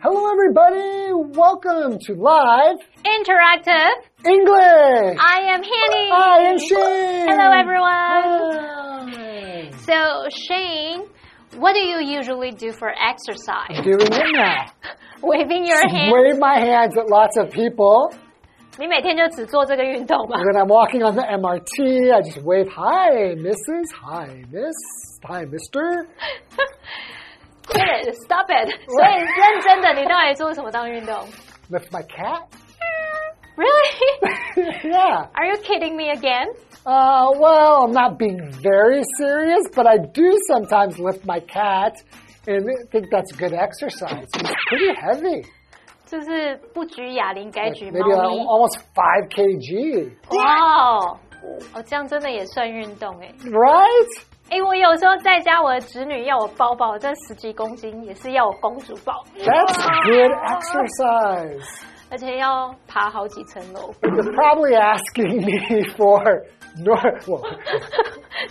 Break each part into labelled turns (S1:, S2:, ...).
S1: Hello, everybody. Welcome to Live
S2: Interactive.
S1: English.
S2: I am Hanny.
S1: Hi, I'm Shane.
S2: Hello, everyone.
S1: Hi.
S2: So, Shane, what do you usually do for exercise?
S1: Doing it now.
S2: Waving your hand.
S1: Wave my hands at lots of people.
S2: 你每天就只做这个运动 吗？
S1: When I'm walking on the MRT, I just wave, hi, Mrs. Hi, Miss. Hi, Mister.
S2: 对，Stop it！所 以认真的，你到底做什么当运动
S1: Lift my cat.
S2: ？Really?
S1: yeah.
S2: Are you kidding me again?
S1: Uh, well, I'm not being very serious, but I do sometimes lift my cat and think that's good exercise. It's pretty heavy.
S2: 就是不举哑铃，改举
S1: Maybe
S2: 猫
S1: like
S2: 咪。
S1: almost 5 kg.
S2: 哇哦，哦，这样真的也算运动哎。
S1: Right?
S2: 哎，我有时候在家，我的侄女要我抱抱，这十几公斤也是要我公主抱。
S1: That's good exercise.
S2: 而且要爬好几层楼。
S1: You're probably asking me for. No, well,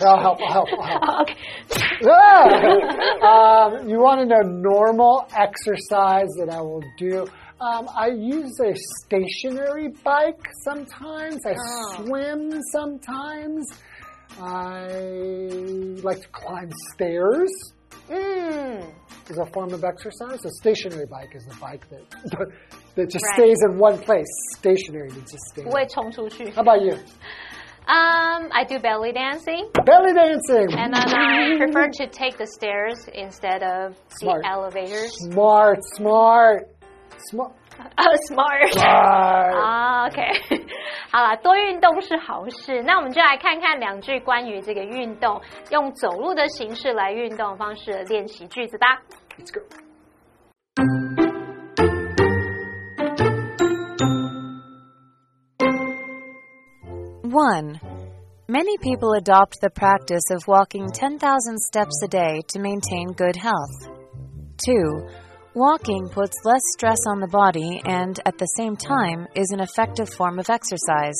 S1: I'll help, I'll help, I'll help.
S2: OK，
S1: Ah! um, you want to know normal exercise that I will do? Um, I use a stationary bike sometimes. I
S2: Oh.
S1: swim sometimes. I like to climb stairs
S2: 嗯，
S1: is a form of exercise. A stationary bike is the bike that that just
S2: Right.
S1: stays in one place. Stationary means just stay.
S2: 不会冲出去。
S1: How about you?
S2: Um, I do belly dancing,
S1: Belly dancing.
S2: and then I prefer to take the stairs instead of the
S1: Smart.
S2: elevators.
S1: smart, smart, smart.
S2: Oh, smart.
S1: smart.
S2: 啊，OK、o k 好啦，多运动是好事。那我们就来看看两句关于这个运动，用走路的形式来运动的方式练习句子吧。
S1: Let's go.
S3: One. Many people adopt the practice of walking 10,000 steps a day to maintain good health. Two. Walking puts less stress on the body and, at the same time, is an effective form of exercise.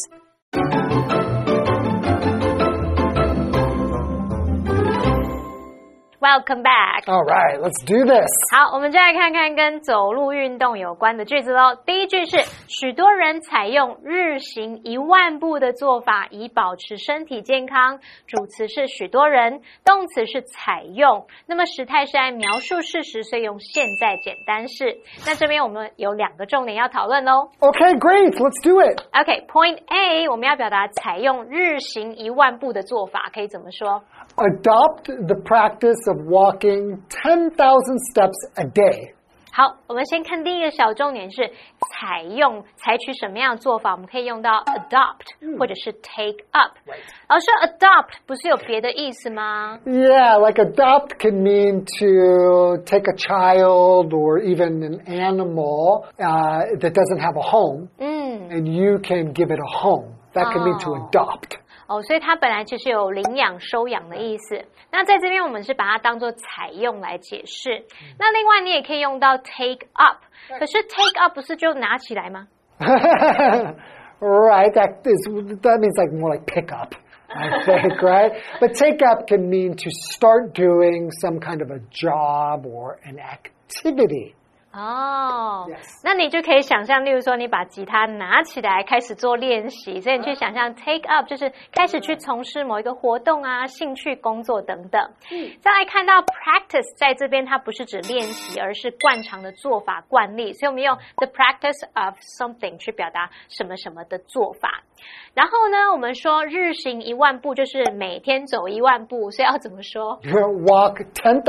S2: Welcome back.
S1: All right, let's do this.
S2: 好，我们就来看看跟走路运动有关的句子喽。第一句是：许多人采用日行一万步的做法以保持身体健康。主词是许多人，动词是采用。那么时态是按描述事实，所以用现在简单式。那这边我们有两个重点要讨论喽。
S1: Okay, great. Let's do it.
S2: OK，Point、A，我们要表达采用日行一万步的做法，可以怎么说？
S1: Adopt the practice of walking 10,000 steps a day.
S2: 好，我们先看第一个小重点是采用采取什么样的做法，我们可以用到 adopt、或者是 take up。老师，adopt 不是有别的意思吗？
S1: Yeah, like adopt can mean to take a child or even an animal uh, that doesn't have a home,
S2: 嗯，
S1: and you can give it a home. That can mean to
S2: Oh.
S1: adopt.
S2: 哦，所以它本来其实有领养、收养的意思。那在这边我们是把它当做采用来解释。那另外你也可以用到 take up，可是 take up 不是就拿起来吗？
S1: right, that is that means like more like pick up, I think, right? But take up can mean to start doing some kind of a job or an activity.
S2: 哦
S1: Yes.
S2: 那你就可以想象，例如说，你把吉他拿起来开始做练习，所以你去想象 take up 就是开始去从事某一个活动啊、兴趣、工作等等。再来看到 practice 在这边，它不是指练习，而是惯常的做法、惯例，所以我们用 the practice of something 去表达什么什么的做法。然后呢，我们说日行一万步就是每天走一万步，所以要怎么说
S1: Walk 10,000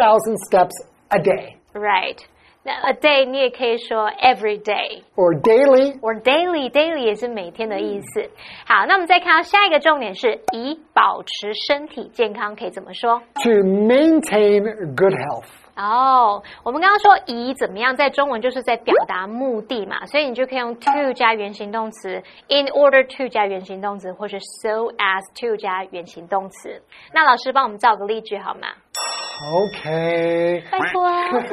S1: steps a day
S2: ？Right？那 a day 你也可以说 every day。
S1: or daily.
S2: or daily daily 也是每天的意思。好，那我们再看到下一个重点是以保持身体健康，可以怎么说？
S1: to maintain good health.
S2: 哦、我们刚刚说以怎么样，在中文就是在表达目的嘛，所以你就可以用 to 加原形动词，in order to 加原形动词，或是 so as to 加原形动词。那老师帮我们造个例句好吗？
S1: Okay.
S2: 拜托啊。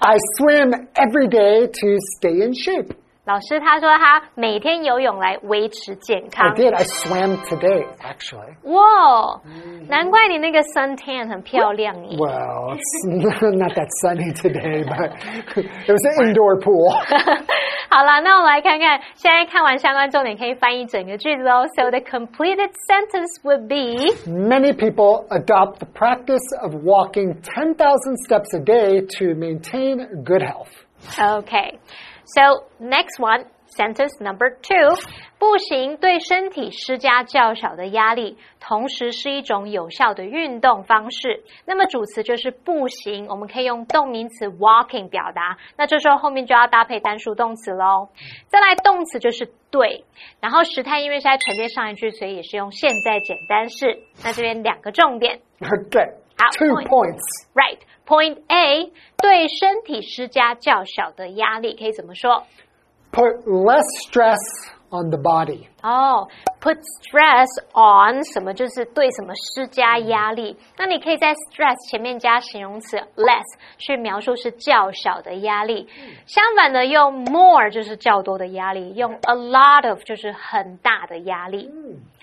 S1: I swim every day to stay in shape.
S2: 老师他说他每天游泳来维持健康
S1: I。did. I swam today, actually.
S2: 哇，难怪你那个 suntan 很漂亮耶。
S1: Well, it's not that sunny today, but it was an indoor pool.
S2: 好了，那我们来看看，现在看完相关重点，可以翻译整个句子哦。So the completed sentence would be
S1: Many people adopt the practice of walking 10,000 steps a day to maintain good health.
S2: okay. So next one, sentence number two，步行对身体施加较小的压力，同时是一种有效的运动方式。那么主词就是步行，我们可以用动名词 walking 表达。那这时候后面就要搭配单数动词喽。再来动词就是对，然后时态因为是在承接上一句，所以也是用现在简单式。那这边两个重点。
S1: Okay,
S2: Out
S1: two
S2: point.
S1: points.
S2: Right. Point A，对身体施加较小的压力，可以怎么说？
S1: Put less stress on the body.
S2: 哦、p u t stress on 什么就是对什么施加压力。那你可以在 stress 前面加形容词 less 去描述是较小的压力。相反的，用 more 就是较多的压力，用 a lot of 就是很大的压力。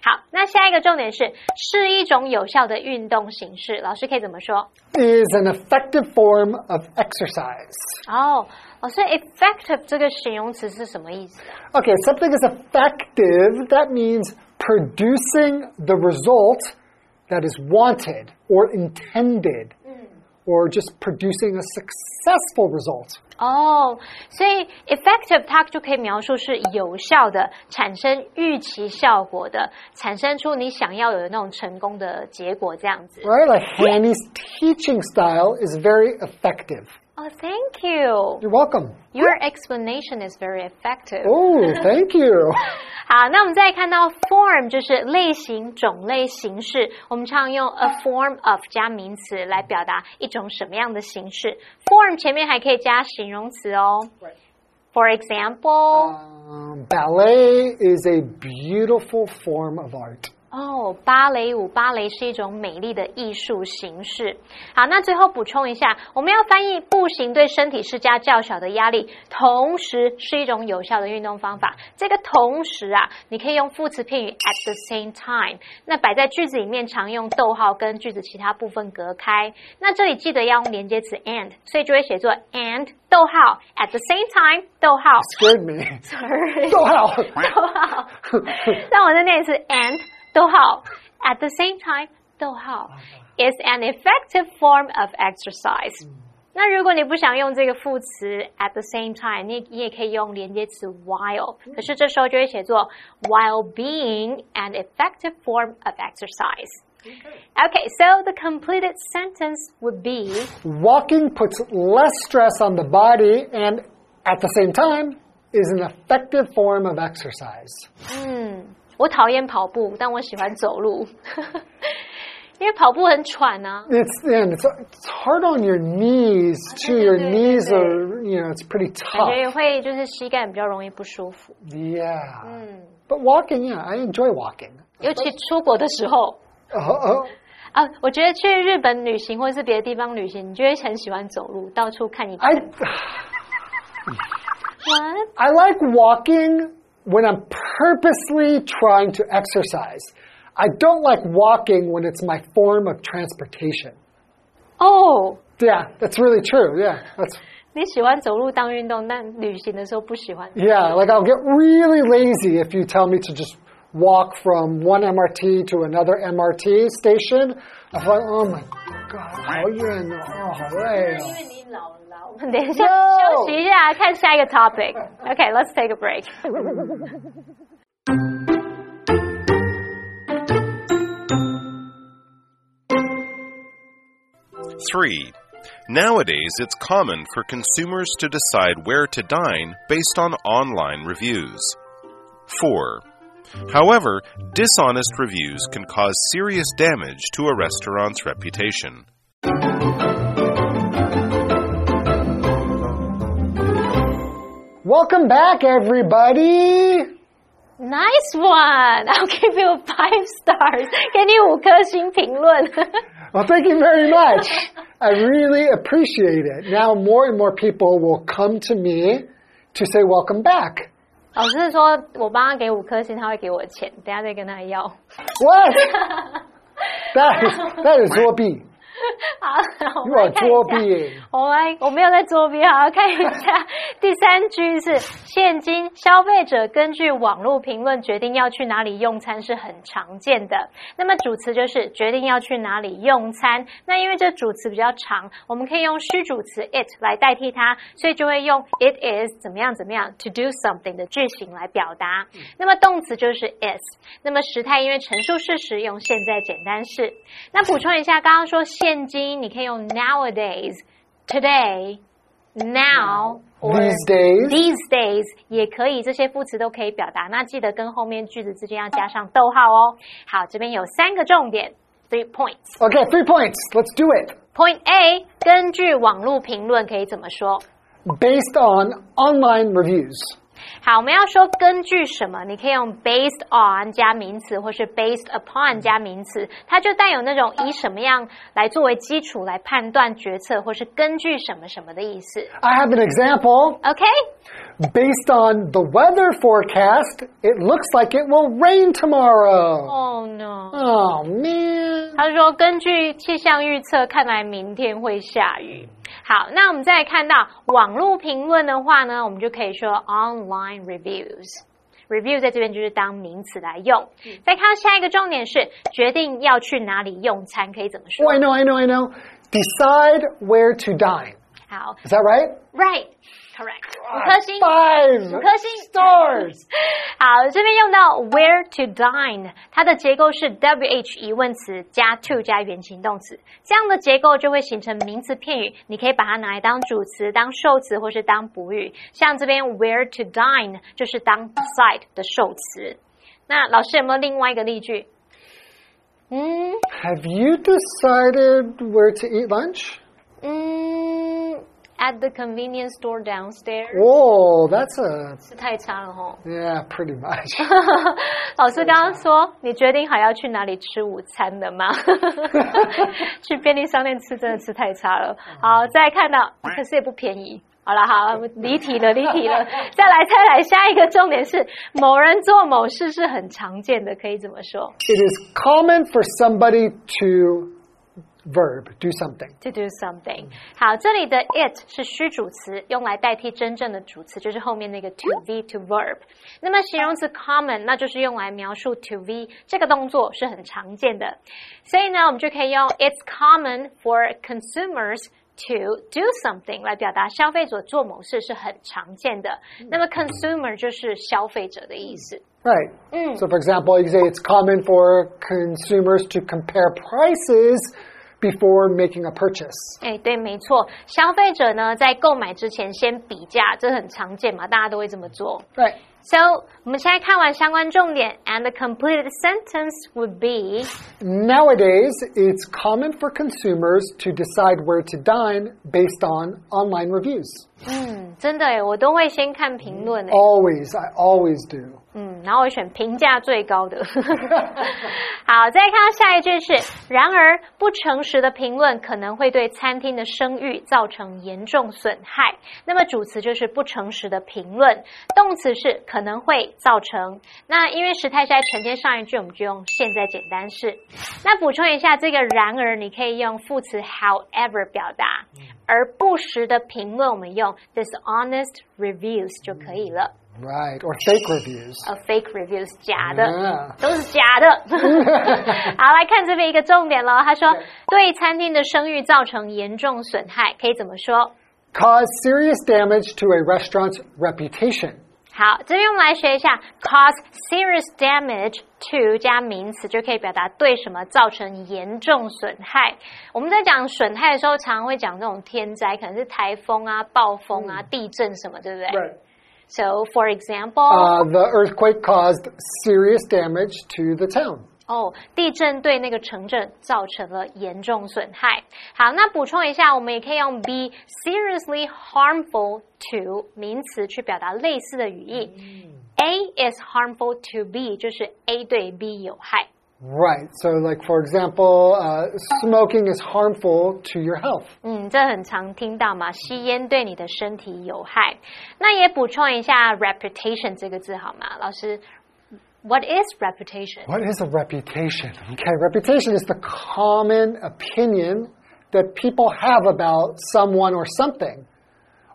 S2: 好，那下一个重点是，是一种有效的运动形式。老师可以怎么说？
S1: Is an effective form of exercise.
S2: 哦，老师，effective 这个形容词是什么意思？
S1: Okay, something is effective, that means producing the result that is wanted or intended, or just producing a successful result.
S2: 哦，所以 effective 它就可以描述是有效的，产生预期效果的，产生出你想要有的那种成功的结果，这样子。
S1: Right? Like Hanny's teaching style is very effective.
S2: 哦、t h a n k you.
S1: You're welcome.
S2: Your explanation is very effective.
S1: Oh, thank you.
S2: 哦好，那我们再看到 form 就是类型、种类、形式。我们常用 a form of 加名词来表达一种什么样的形式。form 前面还可以加形容词哦。For 哦 example，、
S1: Um, ballet is a beautiful form of art.
S2: 哦，芭蕾舞，芭蕾是一种美丽的艺术形式。好，那最后补充一下，我们要翻译步行对身体施加较小的压力，同时是一种有效的运动方法。这个同时啊，你可以用副词片语 at the same time，那摆在句子里面常用逗号跟句子其他部分隔开。那这里记得要用连接词 and，所以就会写作 and 逗号 at the same time 逗号
S1: Scared me.
S2: sorry。
S1: So how?
S2: 逗号， 让我再念一次，and 逗号，at the same time 逗号，is an effective form of exercise。那如果你不想用这个副词 at the same time，你你也可以用连接词 while，可是这时候就会写作 while being an effective form of exercise。Okay, so the completed sentence would be
S1: Walking puts less stress on the body and at the same time is an effective form of exercise.
S2: 我讨厌跑步，但我喜欢走路， 因为跑步很喘啊。
S1: It's and it's, it's hard on your knees too. Your
S2: yeah,
S1: knees
S2: yeah.
S1: are you know it's pretty
S2: 感
S1: tough.
S2: 觉也会就是膝盖比较容易不舒服，
S1: Yeah. But walking, yeah, I enjoy walking.
S2: 尤其出国的时候
S1: Uh, uh,
S2: 啊。我觉得去日本旅行或者是别的地方旅行，你就会很喜欢走路，到处看一看。
S1: I
S2: What?
S1: I like walking when I'm purposely trying to exercise. I don't like walking when it's my form of transportation.
S2: 哦，
S1: Yeah, that's really true. Yeah, that's
S2: 你喜欢走路当运动，但旅行的时候不喜欢。
S1: yeah. Like I'll get really lazy if you tell me to just walk from one MRT to another MRT station. I'm like, oh my god, how you in? Oh,
S2: 因
S1: wow.
S2: 为你老了，我们等一 下
S1: No
S2: 休息一下，看下一个 topic。OK，let's、take a break。
S4: 3. Nowadays, it's common for consumers to decide where to dine based on online reviews. 4. However, dishonest reviews can cause serious damage to a restaurant's reputation.
S1: Welcome back, everybody.
S2: Nice one. I'll give you five stars，给你五颗星评论。
S1: Well, thank you very much. I really appreciate it. Now more and more people will come to me to say welcome back.
S2: 老师说，我帮他给五颗星，他会给我钱，等一下再跟他要。
S1: What? That is that is 作弊。
S2: 好，啊
S1: You
S2: 我们来
S1: are 作
S2: 看一下。
S1: 弊。
S2: 我来，我没有在作弊啊！看一下第三句是：现今消费者根据网络评论决定要去哪里用餐是很常见的。那么主词就是决定要去哪里用餐。那因为这主词比较长，我们可以用虚主词 it 来代替它，所以就会用 it is 怎么样怎么样 to do something 的句型来表达。那么动词就是 is。那么时态因为陈述事实用现在简单式。那补充一下，刚刚说现今，你可以用 nowadays、today、now or
S1: These days,
S2: these days，也可以，这些副词都可以表达。那记得跟后面句子之间要加上逗号哦。好，这边有三个重点，three points。
S1: okay, three points. Let's do it.
S2: Point A，根据网络评论可以怎么说？
S1: Based on online reviews.
S2: 好，我们要说根据什么？你可以用 based on 加名词，或是 based upon 加名词，它就带有那种以什么样来作为基础来判断决策，或是根据什么什么的意思。
S1: I have an example.
S2: OK，
S1: Based on the weather forecast, it looks like it will rain tomorrow.
S2: 哦、no，
S1: Oh man.
S2: 他说根据气象预测，看来明天会下雨。好，那我们再来看到网络评论的话呢，我们就可以说 online reviews。review 在这边就是当名词来用。再看到下一个重点是决定要去哪里用餐，可以怎么说
S1: Oh, I know, I know, I know. Decide where to dine.
S2: 好
S1: Is that right?
S2: ，right correct，五颗星。五
S1: Five.
S2: 颗星
S1: Stars
S2: 好，这边用到 where to dine，它的结构是 wh 疑问词加 to 加原形动词，这样的结构就会形成名词片语。你可以把它拿来当主词、当受词或是当补语。像这边 where to dine 就是当 side 的受词。那老师有没有另外一个例句？嗯
S1: Have you decided where to eat lunch?
S2: 嗯，at the convenience store downstairs，
S1: Oh, that's a
S2: 是太差了吼。
S1: yeah, pretty much.
S2: 老师刚刚说，你决定好要去哪里吃午餐了吗？去便利商店吃，真的吃太差了。好，再来看到，可是也不便宜。好了，好，离题了，离题了。再来，再来，下一个重点是，某人做某事是很常见的，可以怎么说
S1: It is common for somebody to verb do something.
S2: ？To do something。好，这里的 it 是虚主词，用来代替真正的主词，就是后面那个 to v to verb。那么形容词 common，那就是用来描述 to v 这个动作是很常见的。所以呢，我们就可以用 It's common for consumers to do something 来表达消费者做某事是很常见的。那么 consumer 就是消费者的意思。
S1: Right. So, for example, you can say it's common for consumers to compare prices before making a purchase.
S2: 哎，对，没错，消费者呢在购买之前先比价，这很常见嘛，大家都会这么做。
S1: Right.
S2: So 我们现在看完相关重点，and the completed sentence would be。
S1: Nowadays, it's common for consumers to decide where to dine based on online reviews.
S2: 嗯，真的哎，我都会先看评论哎。
S1: Always, I always do.
S2: 嗯，然后我选评价最高的。 好，再看到下一句是：然而，不诚实的评论可能会对餐厅的声誉造成严重损害。那么主词就是不诚实的评论，动词是可能会造成。那因为时态是在承接上一句，我们就用现在简单式。那补充一下，这个然而你可以用副词 however 表达，而不实的评论我们用 dishonest reviews 就可以了。
S1: Right. Or fake reviews.
S2: A 呃 fake reviews 假的。
S1: Yeah.
S2: 都是假的。好，来看这边一个重点喽。他说，对餐厅的声誉造成严重损害，可以怎么说？
S1: Cause serious damage to a restaurant's reputation.
S2: 好，这边我们来学一下 cause serious damage to 加名词就可以表达对什么造成严重损害。我们在讲损害的时候，常常会讲这种天灾，可能是台风啊、暴风啊、地震什么，对不对、So for example，
S1: Uh, the earthquake caused serious damage to the town.
S2: 哦，地震对那个城镇造成了严重损害。好，那补充一下，我们也可以用 be seriously harmful to 名词去表达类似的语义。A is harmful to B，就是 A 对 B 有害。
S1: Right. So, like for example, uh, smoking is harmful to your health.
S2: 嗯，这很常听到嘛，吸烟对你的身体有害。那也补充一下 reputation 这个字好吗？老师 What is reputation?
S1: What is a reputation? Okay, reputation is the common opinion that people have about someone or something,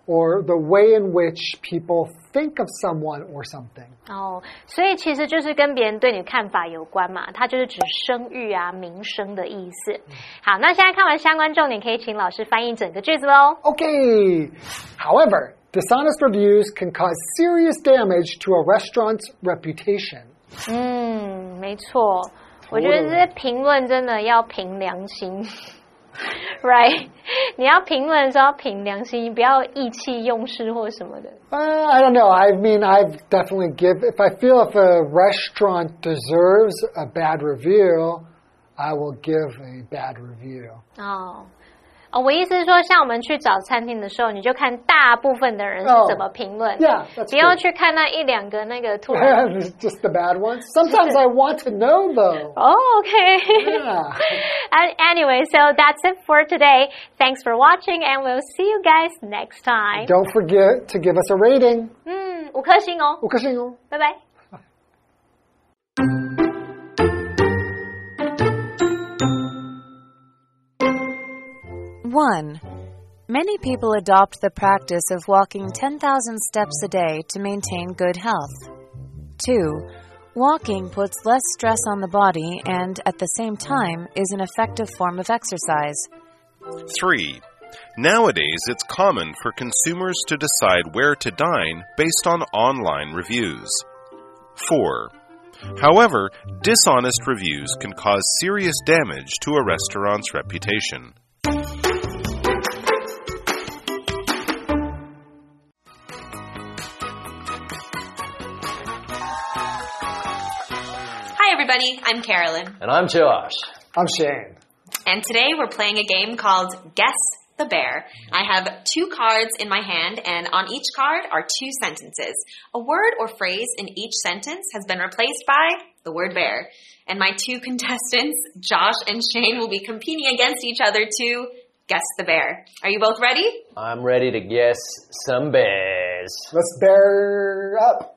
S1: or the way in which people think of someone or something.
S2: 哦，所以其实就是跟别人对你看法有关嘛，它就是指声誉啊、名声的意思。好，那现在看完相关重点，可以请老师翻译整个句子喽。
S1: Okay, however, dishonest reviews can cause serious damage to a restaurant's reputation.
S2: 嗯，没错，我觉得这些评论真的要凭良心 ，right？你要评论的时候要凭良心，你不要意气用事或什么的。
S1: Uh, I don't know. I mean, I've definitely give. If I feel if a restaurant deserves a bad review, I will give a bad review.
S2: 哦。哦，我意思是说，像我们去找餐厅的时候，你就看大部分的人是
S1: 哦
S2: 怎么评论
S1: Yeah, that's
S2: 不要
S1: true.
S2: 去看那一两个那个突然
S1: Just the bad ones. Sometimes I want to know though.
S2: Oh, okay.
S1: Yeah.
S2: and anyway, so that's it for today. Thanks for watching, and we'll see you guys next time.
S1: Don't forget to give us a rating.
S2: 嗯，五颗星哦，
S1: 五颗星哦。
S2: 拜拜。
S3: 1. Many people adopt the practice of walking 10,000 steps a day to maintain good health. 2. Walking puts less stress on the body and, at the same time, is an effective form of exercise.
S4: 3. Nowadays, it's common for consumers to decide where to dine based on online reviews. 4. However, dishonest reviews can cause serious damage to a restaurant's reputation.
S5: Hi, everybody. I'm Carolyn.
S6: And I'm Josh.
S1: I'm Shane.
S5: And today we're playing a game called Guess the Bear. I have two cards in my hand, and on each card are two sentences. A word or phrase in each sentence has been replaced by the word bear. And my two contestants, Josh and Shane, will be competing against each other to guess the bear. Are you both ready?
S6: I'm ready to guess some bears.
S1: Let's bear up.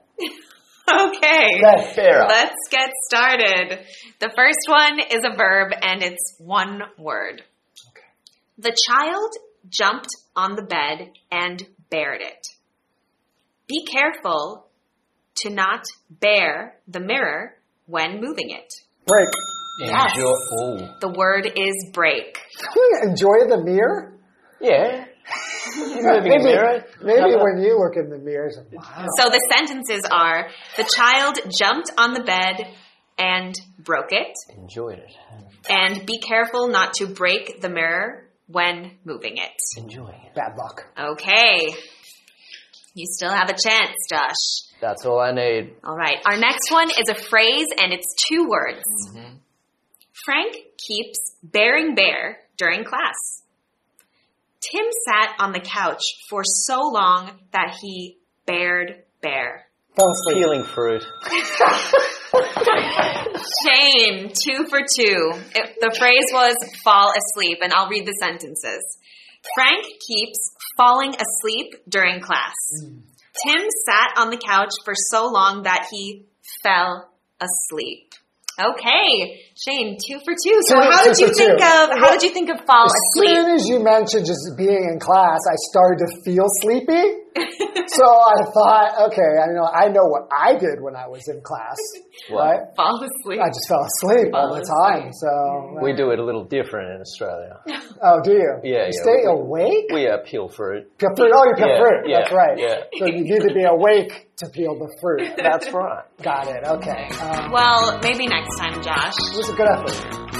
S5: Okay.
S6: Let's bear up.
S5: Let's get started. The first one is a verb and it's one word. The child jumped on the bed and bared it. Be careful to not bare the mirror when moving it.
S1: Break.
S5: Yes.
S6: Enjoy. Oh.
S5: The word is break.
S1: Enjoy the mirror.
S6: Yeah. Moving
S1: Maybe,
S6: mirror.
S1: maybe when you look in the mirror, it's like, wow.
S5: So the sentences are the child jumped on the bed and broke it,
S6: Enjoyed it.
S5: and be careful not to break the mirror when moving it.
S6: Enjoying it.
S1: Bad luck.
S5: Okay. You still have a chance, Josh.
S6: That's all I need.
S5: All right. Our next one is a phrase and it's two words. Frank keeps bearing bear during class. Tim sat on the couch for so long that he bared bear.
S1: Fell asleep.
S6: Peeling fruit.
S5: Shane, two for two. It- the phrase was fall asleep, and I'll read the sentences. Frank keeps falling asleep during class.
S1: Mm.
S5: Tim sat on the couch for so long that he fell asleep. Okay, Shane, two for two. So
S1: Two-
S5: how did
S1: two
S5: you
S1: for
S5: think
S1: two.
S5: of how did you think of fall
S1: As soon
S5: asleep?
S1: as you mentioned just being in class, I started to feel sleepy. so I thought, okay, I know I know what I did when I was in class.
S6: What? Oh,
S1: Right?
S5: Fall asleep.
S1: I just fell asleep all the time. So
S6: We do it a little different in Australia.
S1: oh, do you?
S6: Yeah,
S1: You
S6: yeah,
S1: stay
S6: we-
S1: awake.
S6: We uh, peel fruit.
S1: Peel fruit. Oh, you peel
S6: Yeah,
S1: fruit.
S6: yeah,
S1: That's right.
S6: yeah.
S1: So you need to be awake to peel the fruit.
S6: That's right.
S1: Got it. Okay. Um,
S5: Well, maybe next time, Josh.
S1: it was a good effort.